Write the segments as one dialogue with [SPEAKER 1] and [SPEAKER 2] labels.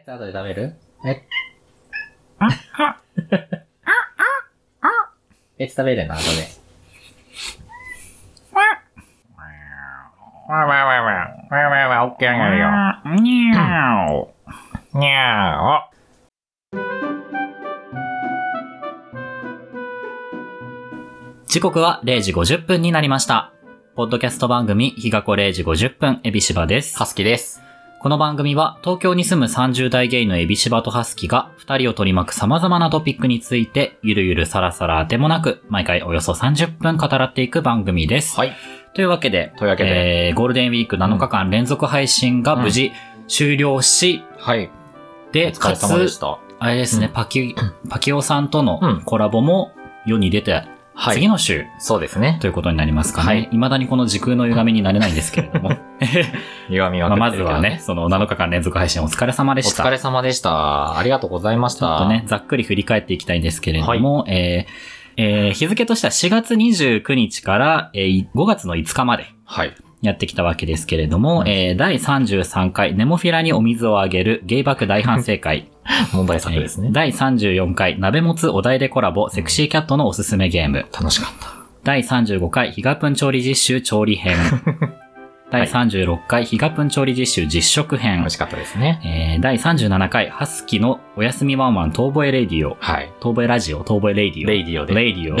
[SPEAKER 1] って後で食べるえ
[SPEAKER 2] あ、あ、
[SPEAKER 1] え、食べるの後で。
[SPEAKER 2] わ、
[SPEAKER 3] わわわわ。わわわ、起き上がるよ。
[SPEAKER 2] わ、にゃーお。
[SPEAKER 3] にゃ
[SPEAKER 4] 時刻は0時50分になりました。ポッドキャスト番組、日がこ0時50分、エビシバです。
[SPEAKER 1] かすきです。
[SPEAKER 4] この番組は、東京に住む30代ゲイのエビシバとハスキが、二人を取り巻く様々なトピックについて、ゆるゆるさらさら当てもなく、毎回およそ30分語らっていく番組です。
[SPEAKER 1] はい。
[SPEAKER 4] というわけで、
[SPEAKER 1] というわけで。
[SPEAKER 4] えーゴールデンウィーク7日間連続配信が無事終了し、
[SPEAKER 1] はい。お
[SPEAKER 4] で、
[SPEAKER 1] 疲
[SPEAKER 4] か
[SPEAKER 1] れ様でし
[SPEAKER 4] つ、
[SPEAKER 1] た。
[SPEAKER 4] あれですね、
[SPEAKER 1] うん
[SPEAKER 4] パキ、パキオさんと
[SPEAKER 1] う
[SPEAKER 4] の
[SPEAKER 1] ん
[SPEAKER 4] コラボも世に出て、
[SPEAKER 1] はい
[SPEAKER 4] 次の週
[SPEAKER 1] そうですね
[SPEAKER 4] と。いうことになりますかね。
[SPEAKER 1] は
[SPEAKER 4] い。
[SPEAKER 1] い
[SPEAKER 4] 未だにこの時空の歪みになれないんですけれど も。
[SPEAKER 1] 弱みは、
[SPEAKER 4] まあまずはね、。その7日間連続配信お疲れ様で
[SPEAKER 1] お
[SPEAKER 4] した。
[SPEAKER 1] 疲れ様でした。ありがとうございまし
[SPEAKER 4] ちょ
[SPEAKER 1] た。
[SPEAKER 4] っとね、ざっくり振り返っていきたいんですけれども、えーえー日付としては4月29日から、えー5月の5日まで
[SPEAKER 1] はい。
[SPEAKER 4] やってきたわけですけれども、えー第33回ネモフィラにお水をあげるゲイバク大反省会、
[SPEAKER 1] 問題作ですね。
[SPEAKER 4] 第34回鍋もつお題でコラボセクシーキャットのおすすめゲーム、
[SPEAKER 1] 楽しかった。
[SPEAKER 4] 第35回ヒガプン調理実習調理 編、第36回ヒガプン調理実習実食編
[SPEAKER 1] 楽、しかったですね。
[SPEAKER 4] えー第37回ハスキのおやすみワンワン遠吠えレディオ、
[SPEAKER 1] はい。
[SPEAKER 4] 東米ラジオ、東米レイディオ。
[SPEAKER 1] レイディオで
[SPEAKER 4] レイディオ。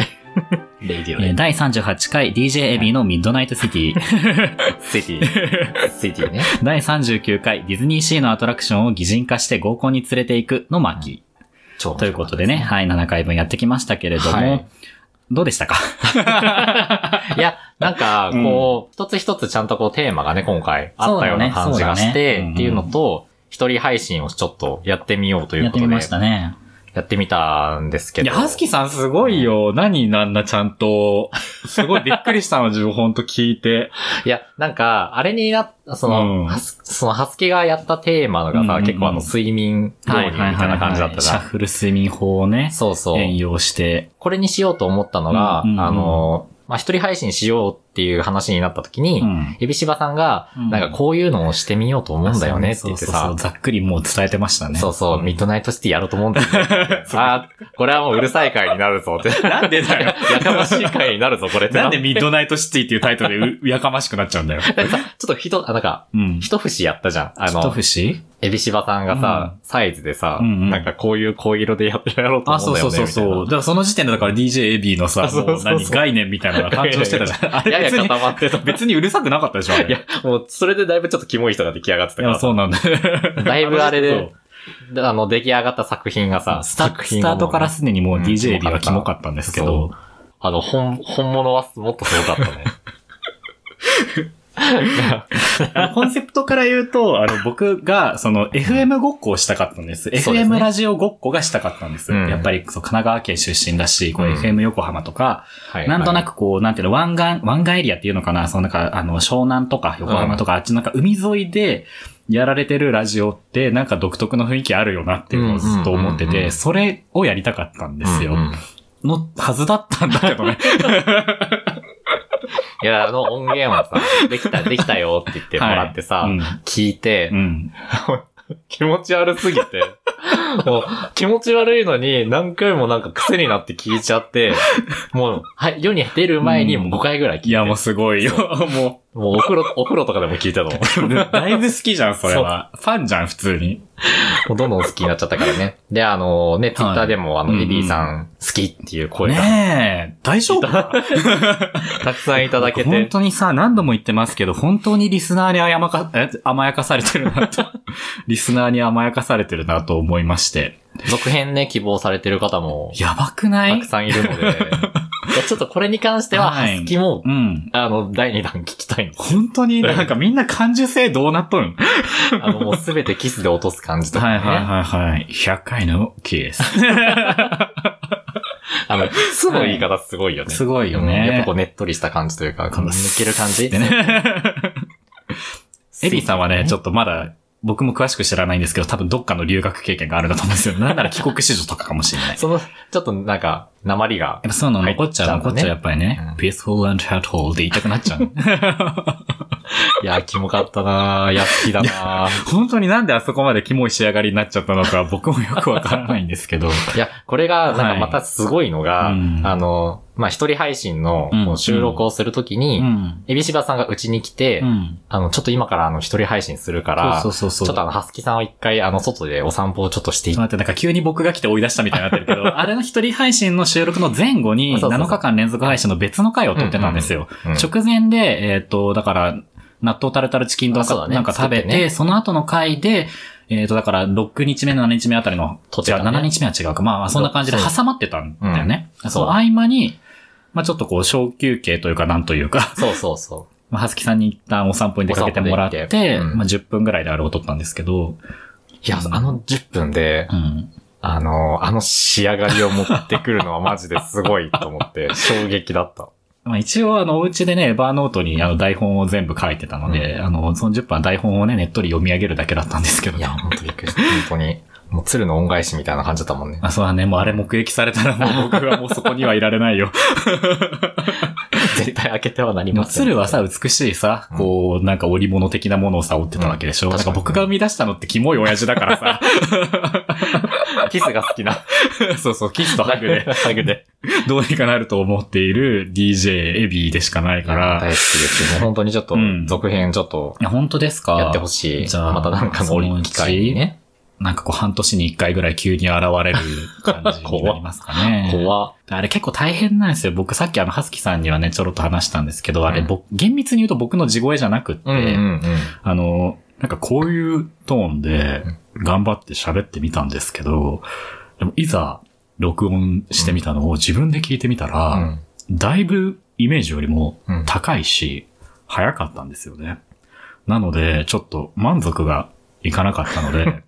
[SPEAKER 1] レイディオ
[SPEAKER 4] えー
[SPEAKER 1] で。
[SPEAKER 4] 第38回 DJ エビーのミッドナイトシテ ィ。
[SPEAKER 1] シティ。シティね。
[SPEAKER 4] 第39回ディズニーシーのアトラクションを擬人化して合コンに連れていくの巻。
[SPEAKER 1] 超面白かった
[SPEAKER 4] ということでね、はい、7回分やってきましたけれども、
[SPEAKER 1] はい
[SPEAKER 4] どうでしたか
[SPEAKER 1] いや、なんか、こう、一つ一つちゃんとこうテーマがね、今回あったような感じがし
[SPEAKER 4] そうだねそうだ
[SPEAKER 1] て
[SPEAKER 4] ね、
[SPEAKER 1] っていうのと、一人配信をちょっとやってみようとい
[SPEAKER 4] や
[SPEAKER 1] う
[SPEAKER 4] っ
[SPEAKER 1] こ
[SPEAKER 4] て
[SPEAKER 1] と
[SPEAKER 4] み
[SPEAKER 1] で
[SPEAKER 4] まし、たね。
[SPEAKER 1] やってみたんですけ
[SPEAKER 4] い
[SPEAKER 1] ど。
[SPEAKER 4] や、ハスキさんすごいよ。何なんなちゃんと。すごいびっくりしたの、自分ほんと聞いて。
[SPEAKER 1] いや、なんか、あれになった、その、
[SPEAKER 4] うん
[SPEAKER 1] ハスその、ハスキがやったテーマが
[SPEAKER 4] うんうん
[SPEAKER 1] さ、
[SPEAKER 4] うん
[SPEAKER 1] 結構あの、睡眠導入みたいな感じだったじ
[SPEAKER 4] シ
[SPEAKER 1] ゃ
[SPEAKER 4] ャッ
[SPEAKER 1] ん。
[SPEAKER 4] フル睡眠法をね、
[SPEAKER 1] そうそう。
[SPEAKER 4] 援用して。
[SPEAKER 1] これにしようと思ったのが、
[SPEAKER 4] うんうんうん
[SPEAKER 1] あの、まあ、一人配信しようっていう話になった時に、
[SPEAKER 4] うん
[SPEAKER 1] エビシバさんが、
[SPEAKER 4] うん
[SPEAKER 1] なんかこういうのをしてみようと思うんだよねって言って
[SPEAKER 4] そうそうそ
[SPEAKER 1] さ
[SPEAKER 4] う、ざっくりもう伝えてましたね。
[SPEAKER 1] そうそう、ミッドナイトシティやろうと思うんだよ ね。あーこれはもううるさい回になるぞって。
[SPEAKER 4] なんでだよ。
[SPEAKER 1] やかましい回になるぞ、これって
[SPEAKER 4] なんでミッドナイトシティっていうタイトルでう やかましくなっちゃうんだよ。
[SPEAKER 1] だってさちょっとひと、あなんか、
[SPEAKER 4] うん。
[SPEAKER 1] 一節やったじゃん。 あ
[SPEAKER 4] 一
[SPEAKER 1] の、
[SPEAKER 4] 節
[SPEAKER 1] エビシバさんがさ、サイズでさ、
[SPEAKER 4] うんうん
[SPEAKER 1] なんかこういう声色でやってやろうと
[SPEAKER 4] あ、
[SPEAKER 1] 思う
[SPEAKER 4] そ
[SPEAKER 1] ん
[SPEAKER 4] う
[SPEAKER 1] だ
[SPEAKER 4] そ
[SPEAKER 1] よね。
[SPEAKER 4] うそうそう。
[SPEAKER 1] み
[SPEAKER 4] だからその時点でだから DJAB のさ、
[SPEAKER 1] あそう
[SPEAKER 4] もう
[SPEAKER 1] そうそう
[SPEAKER 4] 何概念みたいなのが誕生してたじゃん。あ
[SPEAKER 1] たいな
[SPEAKER 4] れ
[SPEAKER 1] や
[SPEAKER 4] 別
[SPEAKER 1] や
[SPEAKER 4] に、
[SPEAKER 1] 固まってた。い
[SPEAKER 4] 別にうるさくなかったでしょあれ
[SPEAKER 1] や、もうそれでだいぶちょっとキモい人が出来上がってた
[SPEAKER 4] いや、
[SPEAKER 1] からさ。
[SPEAKER 4] そうなんだ。
[SPEAKER 1] だいぶあれ
[SPEAKER 4] そう
[SPEAKER 1] で、であの、出来上がった作品がさ、
[SPEAKER 4] スタ
[SPEAKER 1] 作
[SPEAKER 4] ス
[SPEAKER 1] 品
[SPEAKER 4] タ
[SPEAKER 1] がも
[SPEAKER 4] ー
[SPEAKER 1] う
[SPEAKER 4] トからすでにもう
[SPEAKER 1] うん
[SPEAKER 4] DJAB はキ
[SPEAKER 1] キ
[SPEAKER 4] モ
[SPEAKER 1] モ
[SPEAKER 4] か
[SPEAKER 1] か
[SPEAKER 4] ったんですけ
[SPEAKER 1] そ
[SPEAKER 4] ど
[SPEAKER 1] う。あの、本、本物はもっとすごかった ね。
[SPEAKER 4] あのコンセプトから言うと、あの、僕が、その、FM ごっこをしたかったんです。
[SPEAKER 1] そうですね
[SPEAKER 4] FM ラジオごっこがしたかったんです。
[SPEAKER 1] うん
[SPEAKER 4] やっぱり、そう、神奈川県出身だし、こう、
[SPEAKER 1] うん
[SPEAKER 4] FM 横浜とか、
[SPEAKER 1] はい
[SPEAKER 4] なんとなくこう、なんていうの、湾岸、湾岸エリアっていうのかな、そのなんか、あの、湘南とか横浜とか、あっちなんか海沿いで、やられてるラジオって、なんか独特の雰囲気あるよなっていうのをずっと思って
[SPEAKER 1] うんうんうんう
[SPEAKER 4] て、
[SPEAKER 1] ん
[SPEAKER 4] それをやりたかったんですよ
[SPEAKER 1] うん。うん
[SPEAKER 4] の、はずだったんだけど ね。
[SPEAKER 1] いや、あの音源は さ、できた、できたよって言ってもらってさ、
[SPEAKER 4] うん
[SPEAKER 1] 聞いて
[SPEAKER 4] う、ん。
[SPEAKER 1] 気持ち悪す ぎて、もう気持ち悪いのに何回もなんか癖になって聞いちゃって、もう、はい、世に出る前にもう5回ぐらい聞いて、
[SPEAKER 4] いや、もうすごいよ。も
[SPEAKER 1] もうお風呂、お風呂とかでも聞い たの。も
[SPEAKER 4] う、だいぶ好きじゃん、それは。ファンじゃん、普通に。
[SPEAKER 1] うどんどん好きになっちゃったからね。で、あのね、ツイッターでもあ
[SPEAKER 4] うん
[SPEAKER 1] の、
[SPEAKER 4] うん
[SPEAKER 1] エビーさん好きっていう声 が
[SPEAKER 4] ねえ、大丈夫
[SPEAKER 1] たくさんいただけ
[SPEAKER 4] 本
[SPEAKER 1] て、
[SPEAKER 4] 当にさ、何度も言ってますけど、本当にリスナーにあやまか、え甘やかされてるな と。リスナーに甘やかされてるなと思いまして。
[SPEAKER 1] 続編ね、希望されてる方も
[SPEAKER 4] やばくな
[SPEAKER 1] た
[SPEAKER 4] い
[SPEAKER 1] くさんいる ので、いやちょっとこれに関しては、
[SPEAKER 4] は
[SPEAKER 1] ハ
[SPEAKER 4] い
[SPEAKER 1] スキも、
[SPEAKER 4] うん。
[SPEAKER 1] あの、第2弾聞き たいの。
[SPEAKER 4] 本当になんかみんな感受性どうなっとるんは
[SPEAKER 1] あの、もうすべてキスで落とす感じとか、ね。
[SPEAKER 4] いはいはいはい。100回のケー ス。
[SPEAKER 1] あの、すの言い方すごいよね。
[SPEAKER 4] すごいよね
[SPEAKER 1] うんやっぱこうねっとりした感じというか、この抜ける感じ。
[SPEAKER 4] でね。エビさんはね、ちょ
[SPEAKER 1] っ
[SPEAKER 4] っとまだ、僕も詳しく知らないんですけど、多分どっかの留学経験があるんだと思うんです よ。なんなら帰国子女とかかもしれ ない
[SPEAKER 1] と。。その、ちょっとなんか、鉛が
[SPEAKER 4] やっ。ぱそういうの残っちゃう、
[SPEAKER 1] 入っちゃう
[SPEAKER 4] 残
[SPEAKER 1] の
[SPEAKER 4] っ
[SPEAKER 1] ね
[SPEAKER 4] ちゃう、やっぱりね。
[SPEAKER 1] うん
[SPEAKER 4] peaceful and hurtful で言いたくなっちゃう。
[SPEAKER 1] いや、キモかった なぁ。いや、好きだなぁ。
[SPEAKER 4] 本当になんであそこまでキモい仕上がりになっちゃったのか僕もよくわからないんですけ ど。
[SPEAKER 1] いや、これが、なん
[SPEAKER 4] は
[SPEAKER 1] か
[SPEAKER 4] い
[SPEAKER 1] またすごいのが、
[SPEAKER 4] うん
[SPEAKER 1] あの、まあ、一人配信の
[SPEAKER 4] うん
[SPEAKER 1] こう収録をするときに、
[SPEAKER 4] ん。
[SPEAKER 1] エビシバさんがうちに来て、
[SPEAKER 4] うん。
[SPEAKER 1] あの、ちょっと今からあの、一人配信するから、
[SPEAKER 4] そうそうそうそう。
[SPEAKER 1] ちょっとあの、ハスキさんを一回、あの、外でお散歩をちょっとしてい
[SPEAKER 4] ちょっと待って、なんか急に僕が来て追い出したみたいになってるけ ど、あれの一人配信の収録の前後に
[SPEAKER 1] あそうそうそう
[SPEAKER 4] 7日間連続配信の別の回を撮ってたんですよ。
[SPEAKER 1] うん
[SPEAKER 4] 直前で、えっ、と、だから、納豆タルタルチキンと
[SPEAKER 1] あそうだ
[SPEAKER 4] か
[SPEAKER 1] ね
[SPEAKER 4] なんか食べ
[SPEAKER 1] 作って
[SPEAKER 4] て、その後の回で、えっ、と、だから、6日目、7日目あたりの、
[SPEAKER 1] 撮って
[SPEAKER 4] 違う、
[SPEAKER 1] たね
[SPEAKER 4] 7日目は違うか。まあまあ、そんな感じで
[SPEAKER 1] そう
[SPEAKER 4] 挟まってたんだよね。
[SPEAKER 1] うん
[SPEAKER 4] その合間に、まあちょっとこう、小休憩というか、なんというか、
[SPEAKER 1] そうそうそ
[SPEAKER 4] まあ、はすきさんに一旦お散歩に出かけてもらっ
[SPEAKER 1] お
[SPEAKER 4] て、
[SPEAKER 1] 散歩で行ってうん
[SPEAKER 4] まあ10分ぐらいであれを撮ったんですけど、
[SPEAKER 1] う。いや、あの10分で、
[SPEAKER 4] うん。
[SPEAKER 1] あの、あの仕上がりを持ってくるのはマジですごいと思 って、衝撃だった。
[SPEAKER 4] まあ、一応、あの、お家でね、エバーノートにあの台本を全部書いてたので、
[SPEAKER 1] う
[SPEAKER 4] あの、その10分は台本をね、ねっとり読み上げるだけだったんですけど。
[SPEAKER 1] いや、本当びっくりした。本当に。もう鶴の恩返しみたいな感じだったもんね。
[SPEAKER 4] まあ、そうだね、もうあれ目撃されたらもう僕はもうそこにはいられないよ。
[SPEAKER 1] 絶対開けてはなり
[SPEAKER 4] でも
[SPEAKER 1] ません。
[SPEAKER 4] 鶴はさ、美しいさ、こう、なんか織物的なものをさ、織ってたわけでしょ。
[SPEAKER 1] うん
[SPEAKER 4] なんか僕が生み出したのってキモい親父だから さ。
[SPEAKER 1] キスが好き な。
[SPEAKER 4] そうそう、キスとハグで、
[SPEAKER 1] ハグで。
[SPEAKER 4] どうにかなると思っている DJ エビーでしかないか
[SPEAKER 1] 大好き
[SPEAKER 4] ら。
[SPEAKER 1] ですね。本当にちょっと
[SPEAKER 4] うん、
[SPEAKER 1] 続編ちょっと、
[SPEAKER 4] いや本当ですか
[SPEAKER 1] やってほしい。
[SPEAKER 4] じゃあ
[SPEAKER 1] またなんかの折り機会にね。
[SPEAKER 4] なんかこう半年に一回ぐらい急に現れる感じになりますかね。
[SPEAKER 1] 怖
[SPEAKER 4] あれ結構大変なんですよ。僕さっきあの、はすきさんにはね、ちょろっと話したんですけど、あれ
[SPEAKER 1] うん
[SPEAKER 4] 僕、厳密に言うと僕の地声じゃなくって、
[SPEAKER 1] うんうんう
[SPEAKER 4] あの、なんかこういうトーンで頑張って喋ってみたんですけど、でもいざ録音してみたのを自分で聞いてみた
[SPEAKER 1] ん。う
[SPEAKER 4] ら、
[SPEAKER 1] ん
[SPEAKER 4] だいぶイメージよりも
[SPEAKER 1] うん
[SPEAKER 4] 高いし、早かったんですよね。なので、ちょっと満足がいかなかったの で、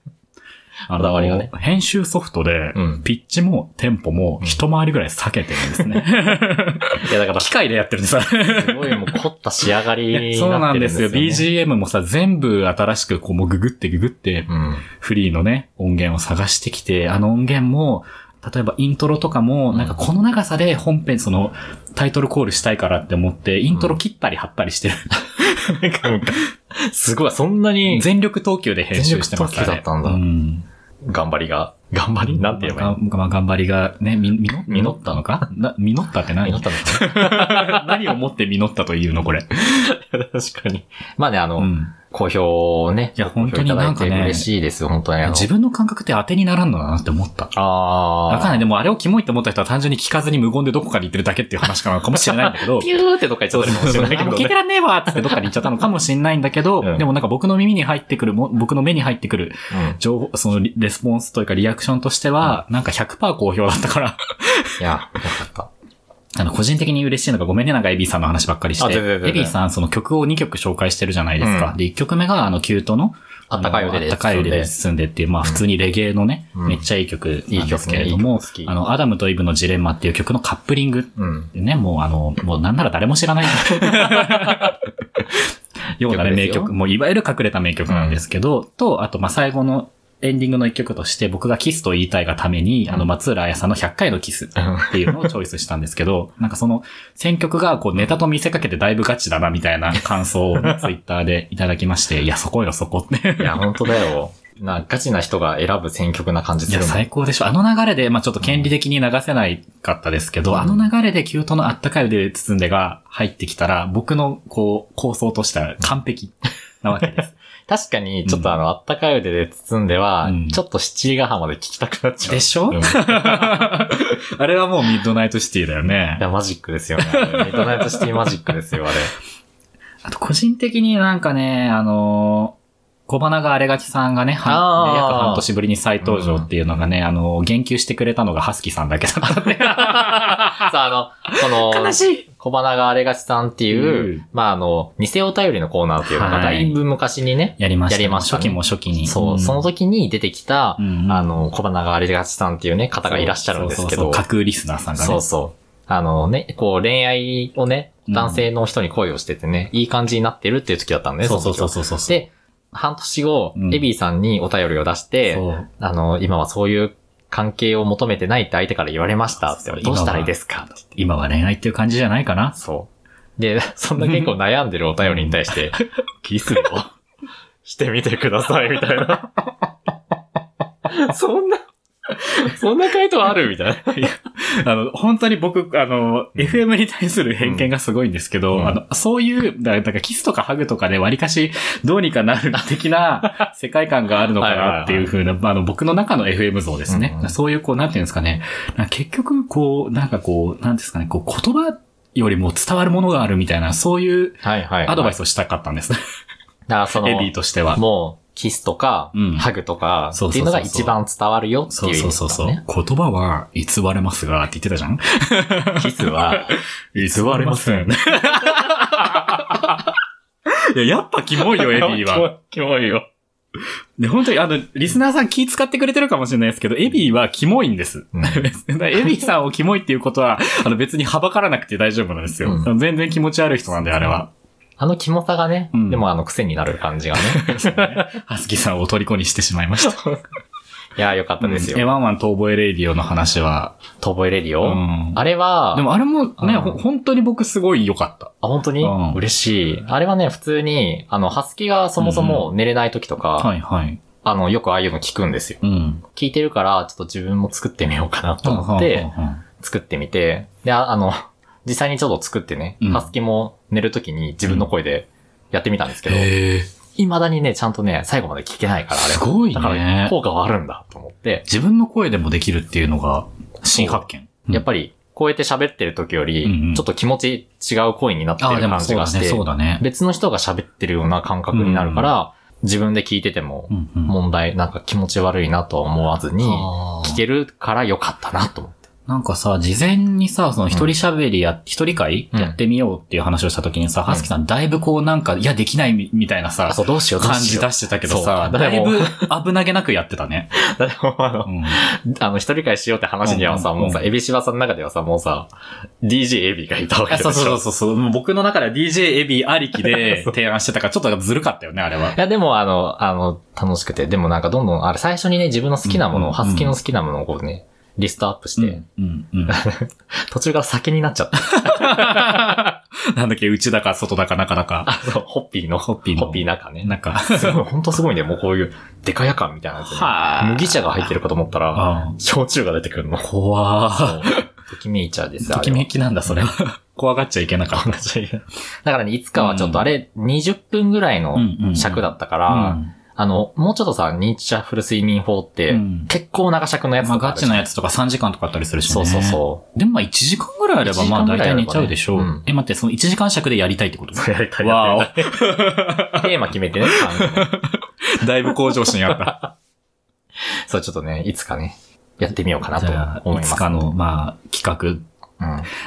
[SPEAKER 4] あ
[SPEAKER 1] こだわりがね
[SPEAKER 4] 編集ソフトで
[SPEAKER 1] うん、
[SPEAKER 4] ピッチもテンポも一回りぐらい避けてるんですね。
[SPEAKER 1] いやだから、
[SPEAKER 4] 機
[SPEAKER 1] す
[SPEAKER 4] 械でやってるんです。
[SPEAKER 1] ごいもう凝った仕上がり に
[SPEAKER 4] そう
[SPEAKER 1] な
[SPEAKER 4] な
[SPEAKER 1] って
[SPEAKER 4] んで
[SPEAKER 1] るんです
[SPEAKER 4] す
[SPEAKER 1] よ、
[SPEAKER 4] よ。
[SPEAKER 1] ね。BG。
[SPEAKER 4] BGM もさ、全部新しくこうもうググってググって、
[SPEAKER 1] うん。
[SPEAKER 4] フリーのね、音源を探してきて、あの音源も、例えばイントロとかも、
[SPEAKER 1] うん
[SPEAKER 4] なんかこの長さで本編そのタイトルコールしたいからって思って、イントロ切ったり貼ったりしてる。
[SPEAKER 1] すごい、そんなに
[SPEAKER 4] 全力投球で編集してます
[SPEAKER 1] 全力投球だったんだ
[SPEAKER 4] うん。
[SPEAKER 1] 頑張りが、頑張りなんて言えばいいの
[SPEAKER 4] まあまあ頑張りがね、み、みの、実ったのか な、実ったって何
[SPEAKER 1] 祈った の
[SPEAKER 4] 何をもって実ったというのこれ。
[SPEAKER 1] 確かに。まあね、あの、
[SPEAKER 4] うん。
[SPEAKER 1] 好評をね、
[SPEAKER 4] いや
[SPEAKER 1] ご好評
[SPEAKER 4] 本当になんかね
[SPEAKER 1] いただいて嬉しいですよ、本当に。あの
[SPEAKER 4] 自分の感覚って当てにならんのだなって思った。
[SPEAKER 1] あー。
[SPEAKER 4] わかんない。でもあれをキモいって思った人は単純に聞かずに無言でどこかに行ってるだけっていう話かなのかもしれないんだけ ど。
[SPEAKER 1] ピューってどっか行っちゃったりもしれないけ
[SPEAKER 4] あ
[SPEAKER 1] ど、
[SPEAKER 4] もう聞いて
[SPEAKER 1] ね。
[SPEAKER 4] らんねえわっつってどっかに行っちゃったのかもしれないんだけど、
[SPEAKER 1] うん
[SPEAKER 4] でもなんか僕の耳に入ってくるも、僕の目に入ってくる
[SPEAKER 1] うん
[SPEAKER 4] 情報、そのリレスポンスというかリアクションとしては、なんか100%好評だったから、
[SPEAKER 1] いや、よかった。
[SPEAKER 4] あの、個人的に嬉しいのが、ごめんね、なんかエビーさんの話ばっかりし
[SPEAKER 1] あ
[SPEAKER 4] て。
[SPEAKER 1] 全然全然
[SPEAKER 4] エビーさん、その曲を2曲紹介してるじゃないですか。
[SPEAKER 1] うん
[SPEAKER 4] で、1曲目が、あの、キュートの、
[SPEAKER 1] あったかい腕で
[SPEAKER 4] あったかい腕で進んでっていう、まあ、普通にレゲエのね、
[SPEAKER 1] うん
[SPEAKER 4] めっちゃいい曲なんですけれども、
[SPEAKER 1] いい曲ねいい曲好き
[SPEAKER 4] あの、アダムとイブのジレンマっていう曲のカップリング
[SPEAKER 1] うん。
[SPEAKER 4] でね、もうあの、もうなんなら誰も知ら ない。ようなね、名
[SPEAKER 1] 曲ですよ
[SPEAKER 4] 曲、もういわゆる隠れた名曲なんですけど、と、あと、まあ、最後のエンディングの一曲として、僕がキスと言いたいがために、あの、松浦彩さんの100回のキスっていうのをチョイスしたんですけど、なんかその、選曲がこうネタと見せかけてだいぶガチだな、みたいな感想を ねツイッターでいただきまして、いや、そこよ、そこって。
[SPEAKER 1] いや、本当だよ。な、ガチな人が選ぶ選曲な感
[SPEAKER 4] い
[SPEAKER 1] じす
[SPEAKER 4] や、
[SPEAKER 1] るもん。
[SPEAKER 4] 最高でしょ。あの流れで、まあちょっと権利的に流せないかったですけど、
[SPEAKER 1] うん
[SPEAKER 4] あの流れでキュートのあったかい腕で包んでが入ってきたら、僕のこう、構想としては完璧なわけです。
[SPEAKER 1] 確かに、ちょっとあの、あったかい腕で包んでは、
[SPEAKER 4] うん
[SPEAKER 1] ちょっと七里ヶ浜で聴きたくなっちゃ う。
[SPEAKER 4] でしょ
[SPEAKER 1] うんい
[SPEAKER 4] あれはもうミッドナイトシティだよね。
[SPEAKER 1] や、マジックですよね。あれミッドナイトシティマジックです よ、あれ。
[SPEAKER 4] あと個人的になんかね、あのー小花が荒垣さんがね、は
[SPEAKER 1] あー
[SPEAKER 4] ん約半年ぶりに再登場っていうのがね、あのー、言及してくれたのがハスキさんだけだったって。
[SPEAKER 1] さあ、あの、その、
[SPEAKER 4] い
[SPEAKER 1] 小花があれがちさんっていう、
[SPEAKER 4] うん
[SPEAKER 1] まああの、偽お便りのコーナーっていうのが、
[SPEAKER 4] は
[SPEAKER 1] だ
[SPEAKER 4] い
[SPEAKER 1] いぶ昔にね、
[SPEAKER 4] やりました、
[SPEAKER 1] やりましたね
[SPEAKER 4] 初期も初期に。
[SPEAKER 1] そう、
[SPEAKER 4] ん
[SPEAKER 1] その時に出てきた、
[SPEAKER 4] うんうん
[SPEAKER 1] あの、小花があれがちさんっていうね、方がいらっしゃるんですけ
[SPEAKER 4] そうそうそう、
[SPEAKER 1] ど
[SPEAKER 4] 架空リスナーさんがね。
[SPEAKER 1] そうそう。あのね、こう恋愛をね、
[SPEAKER 4] うん
[SPEAKER 1] 男性の人に恋をしててね、いい感じになってるっていう時だったんで、
[SPEAKER 4] そうそう
[SPEAKER 1] の時
[SPEAKER 4] そ
[SPEAKER 1] は
[SPEAKER 4] うそうそうそう。
[SPEAKER 1] で、半年後、
[SPEAKER 4] うん
[SPEAKER 1] エビーさんにお便りを出して、
[SPEAKER 4] そう
[SPEAKER 1] あの、今はそういう関係を求めてないって相手から言われましたって、
[SPEAKER 4] そう
[SPEAKER 1] どうしたらいいですかって
[SPEAKER 4] 今は恋愛っていう感じじゃないかな。
[SPEAKER 1] そで、 そんな結構悩んでるお便りに対 して、キスをしてみてください、みたい な。そんな、そんな回答あるみたいな。
[SPEAKER 4] あの、本当に僕、あの、FM に対する偏見がすごいんですけど、
[SPEAKER 1] うん
[SPEAKER 4] あの、そういう、だだからキスとかハグとかで割かし、どうにかなる的 な世界観があるのかなっていうふうな、あの、僕の中の FM 像ですね。
[SPEAKER 1] うんうん
[SPEAKER 4] そういう、こう、なんていうんですかね。なんか結局、こう、なんかこう、なんですかね、こう、言葉よりも伝わるものがあるみたいな、そういう
[SPEAKER 1] はいはい、
[SPEAKER 4] アドバイ
[SPEAKER 1] ス。
[SPEAKER 4] スをしたかったんですね。
[SPEAKER 1] だからその、
[SPEAKER 4] エビーとしては。
[SPEAKER 1] もう、キスとか、
[SPEAKER 4] うん
[SPEAKER 1] ハグとか、
[SPEAKER 4] そう
[SPEAKER 1] ってい
[SPEAKER 4] そう
[SPEAKER 1] う
[SPEAKER 4] そう
[SPEAKER 1] の
[SPEAKER 4] そう
[SPEAKER 1] が一番伝わるよって
[SPEAKER 4] そ
[SPEAKER 1] いうう意
[SPEAKER 4] そう
[SPEAKER 1] 味です
[SPEAKER 4] そう
[SPEAKER 1] か
[SPEAKER 4] そ
[SPEAKER 1] ら
[SPEAKER 4] う。
[SPEAKER 1] ね。
[SPEAKER 4] 言葉は偽れますが、って言ってたじゃん
[SPEAKER 1] キスは、
[SPEAKER 4] 偽れません。いや、やっぱキモい よ、エビーは。。
[SPEAKER 1] キモいよ。
[SPEAKER 4] で、本当に、あの、リスナーさん気使ってくれてるかもしれないですけど、エビーはキモいん です。
[SPEAKER 1] うん
[SPEAKER 4] だからエビーさんをキモいっていうことは、あの別にはばからなくて大丈夫なんですよ。
[SPEAKER 1] う
[SPEAKER 4] 全然気持ち悪い人なんで、あれは。
[SPEAKER 1] あのキモさがね、
[SPEAKER 4] うん
[SPEAKER 1] でもあの癖になる感じ がね。
[SPEAKER 4] ハスキーさんを虜にしてしまいました。
[SPEAKER 1] いやー、よかったです
[SPEAKER 4] うんえ
[SPEAKER 1] よ。
[SPEAKER 4] ワンワンと覚えレイディオの話は。
[SPEAKER 1] 遠吠えレディオ、
[SPEAKER 4] うん
[SPEAKER 1] あれは、
[SPEAKER 4] でもあれもね、
[SPEAKER 1] うん
[SPEAKER 4] ほ本当に僕すごい良かった。
[SPEAKER 1] あ、本当に、
[SPEAKER 4] うん
[SPEAKER 1] 嬉しい。あれはね、普通に、あの、ハスキがそもそも寝れない時とか、
[SPEAKER 4] はいはい。
[SPEAKER 1] あの、よくああいうの聞くんですよ。
[SPEAKER 4] うん。
[SPEAKER 1] 聞いてるから、ちょっと自分も作ってみようかなと思って、作ってみて、で、ああの、実際にちょっと作ってね、
[SPEAKER 4] うん
[SPEAKER 1] ハスキも寝る時に自分の声でやってみたんですけど、
[SPEAKER 4] へえ。
[SPEAKER 1] 未だにね、ちゃんとね、最後まで聞けないから、あれ。
[SPEAKER 4] すごい
[SPEAKER 1] だから、
[SPEAKER 4] ね。
[SPEAKER 1] 効果はあるんだと思って、
[SPEAKER 4] 自分の声でもできるっていうのが、新発見。り、
[SPEAKER 1] やっぱり、こうやって喋ってる時よ
[SPEAKER 4] うんう
[SPEAKER 1] り
[SPEAKER 4] ん、
[SPEAKER 1] ちょっと気持ち違う声になって
[SPEAKER 4] ああ、
[SPEAKER 1] る
[SPEAKER 4] でも
[SPEAKER 1] 感
[SPEAKER 4] そ
[SPEAKER 1] じ
[SPEAKER 4] う
[SPEAKER 1] が
[SPEAKER 4] だ
[SPEAKER 1] して、
[SPEAKER 4] ね、そうだね。
[SPEAKER 1] 別の人が喋ってるような感覚になるから、自分で聞いてても
[SPEAKER 4] うんうん
[SPEAKER 1] 問題、なんか気持ち悪いなとは思わずに、
[SPEAKER 4] あー
[SPEAKER 1] 聞けるから良かったなと思って。
[SPEAKER 4] なんかさ、事前にさ、その一人喋りや、一、人会
[SPEAKER 1] うん
[SPEAKER 4] やってみようっていう話をした時にさ、はすきさんだいぶこうなんか、いや、できないみみたいなさ、
[SPEAKER 1] そう、どうしよう、どう
[SPEAKER 4] 感
[SPEAKER 1] し
[SPEAKER 4] じ
[SPEAKER 1] よう
[SPEAKER 4] 出。してたけど
[SPEAKER 1] そ
[SPEAKER 4] さ、
[SPEAKER 1] う
[SPEAKER 4] だいぶ
[SPEAKER 1] で
[SPEAKER 4] 危なげなくやってたね。
[SPEAKER 1] だってもうあ
[SPEAKER 4] う
[SPEAKER 1] の、
[SPEAKER 4] ん
[SPEAKER 1] あの、一人会しようって話にはさ、
[SPEAKER 4] うんうんうん
[SPEAKER 1] もうさ、エビシバさんの中ではさ、もうさ、DJ エビがいたわけ
[SPEAKER 4] あ
[SPEAKER 1] でし
[SPEAKER 4] そ
[SPEAKER 1] ょ。
[SPEAKER 4] うそう
[SPEAKER 1] い
[SPEAKER 4] そう そう。もう僕の中では DJ エビありきで提案してたから、ちょっとずるかったよね、あれは。
[SPEAKER 1] や、でも、あの、あの、楽しくて、でもなんかどんどん、あれ、最初にね、自分の好きなもの
[SPEAKER 4] うん
[SPEAKER 1] を、
[SPEAKER 4] うん
[SPEAKER 1] ハスキーの好きなものをこうね、リストアップして、
[SPEAKER 4] うん、うん、 うん。
[SPEAKER 1] 途中から酒になっちゃった。
[SPEAKER 4] なんだっけ、内だか外だか中だか。
[SPEAKER 1] あの、ホッピーの、ホ
[SPEAKER 4] ッピーの
[SPEAKER 1] 中ね。
[SPEAKER 4] なんか、
[SPEAKER 1] すごい、ほんとすごいね。もうこういう、デカやかんみたいなやつ、ね。
[SPEAKER 4] はあ
[SPEAKER 1] 麦茶が入ってるかと思ったら、
[SPEAKER 4] あ
[SPEAKER 1] 焼酎が出てくるの。
[SPEAKER 4] ー怖
[SPEAKER 1] ときめい茶です
[SPEAKER 4] ー。ときめきなんだ、それは。怖がっちゃいけなかった。
[SPEAKER 1] だからね、いつかはちょっとあれ、20分ぐらいの
[SPEAKER 4] うんうんうん
[SPEAKER 1] 尺だったから、あの、もうちょっとさ、ニーチャフル睡眠法って、
[SPEAKER 4] うん
[SPEAKER 1] 結構長尺のやつ
[SPEAKER 4] まあ、
[SPEAKER 1] とか
[SPEAKER 4] ガ
[SPEAKER 1] ある
[SPEAKER 4] チ
[SPEAKER 1] じゃん
[SPEAKER 4] なやつとか3時間とかあったりするしね。。
[SPEAKER 1] そうそうそう
[SPEAKER 4] でもまあ1時間ぐらいあれば、
[SPEAKER 1] 1時
[SPEAKER 4] まあ
[SPEAKER 1] 間ぐ
[SPEAKER 4] 大
[SPEAKER 1] らいあれ
[SPEAKER 4] 体
[SPEAKER 1] ばね
[SPEAKER 4] 寝ちゃうでしょう。
[SPEAKER 1] うん
[SPEAKER 4] え、待って、その1時間尺でやりたいってこと
[SPEAKER 1] う。やりたいや
[SPEAKER 4] わ
[SPEAKER 1] ってみた いテーマ決めてね。あの
[SPEAKER 4] お。 だいぶ向上心あった。
[SPEAKER 1] そう、ちょっとね、いつかね、やってみようか な
[SPEAKER 4] じゃ
[SPEAKER 1] と
[SPEAKER 4] あ、
[SPEAKER 1] 思
[SPEAKER 4] い
[SPEAKER 1] い
[SPEAKER 4] つ
[SPEAKER 1] ます。
[SPEAKER 4] かの、まあ、企
[SPEAKER 1] う
[SPEAKER 4] 画。
[SPEAKER 1] ん。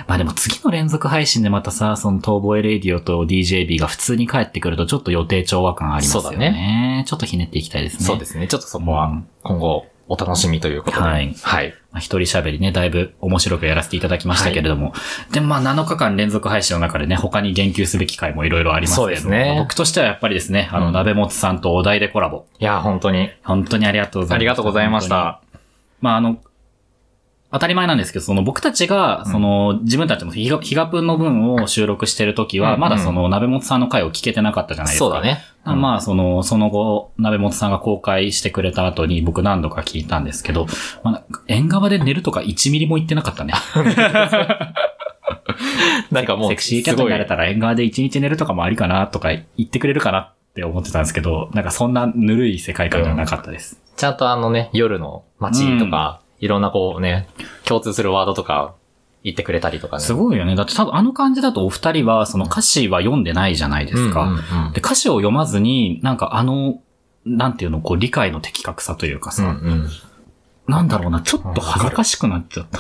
[SPEAKER 4] まあでも次の連続配信でまたさ、その逃亡エレディオと DJB が普通に帰ってくるとちょっと予定調和感ありますよね。
[SPEAKER 1] そうだ
[SPEAKER 4] ちょっとひねっていきたいですね。。
[SPEAKER 1] そうですすね。ちょっとそこ
[SPEAKER 4] う
[SPEAKER 1] は
[SPEAKER 4] ん、
[SPEAKER 1] 今後、お楽しみということで。
[SPEAKER 4] はい
[SPEAKER 1] はい。
[SPEAKER 4] まあ、一人喋りね、だいぶ面白くやらせていただきましたけれども。でもまあ7日間連続配信の中でね、他に言及すべき回もいろいろありますけれども。
[SPEAKER 1] そうですね
[SPEAKER 4] まあ僕としてはやっぱりですね、あの、
[SPEAKER 1] うん
[SPEAKER 4] 鍋もつさんとお題でコラボ。
[SPEAKER 1] いや、本当に。
[SPEAKER 4] 本当にありがとうございました。
[SPEAKER 1] ありがとうございまし
[SPEAKER 4] 本
[SPEAKER 1] た。
[SPEAKER 4] 当に。まあ、あの、当たり前なんですけど、その僕たちが、その、自分たちもヒガヒガプンの分を収録してる時
[SPEAKER 1] うん
[SPEAKER 4] は、
[SPEAKER 1] うん
[SPEAKER 4] まだその、鍋本さんの回を聞けてなかったじゃないですか。
[SPEAKER 1] そうだ。ね。
[SPEAKER 4] まあ、その、その後、鍋本さんが公開してくれた後に僕何度か聞いたんですけど、まあなんか、縁側で寝るとか1ミリも言ってなかったね。
[SPEAKER 1] なんかもう、
[SPEAKER 4] セクシーキャットになれたら縁側で1日寝るとかもありかなとか言ってくれるかなって思ってたんですけど、なんかそんなぬるい世界観がなかったです。
[SPEAKER 1] ちゃんとあのね、夜の街とか、いろんなこうね、共通するワードとか言ってくれたりとかね。
[SPEAKER 4] すごいよね。だって多分あの感じだとお二人はその歌詞は読んでないじゃないですか。
[SPEAKER 1] うんうんうん
[SPEAKER 4] で歌詞を読まずに、なんかあの、なんていうの、こう理解の的確さというかさ、
[SPEAKER 1] うんうん
[SPEAKER 4] なんだろうな、ちょっと恥ずかしくなっちゃ った。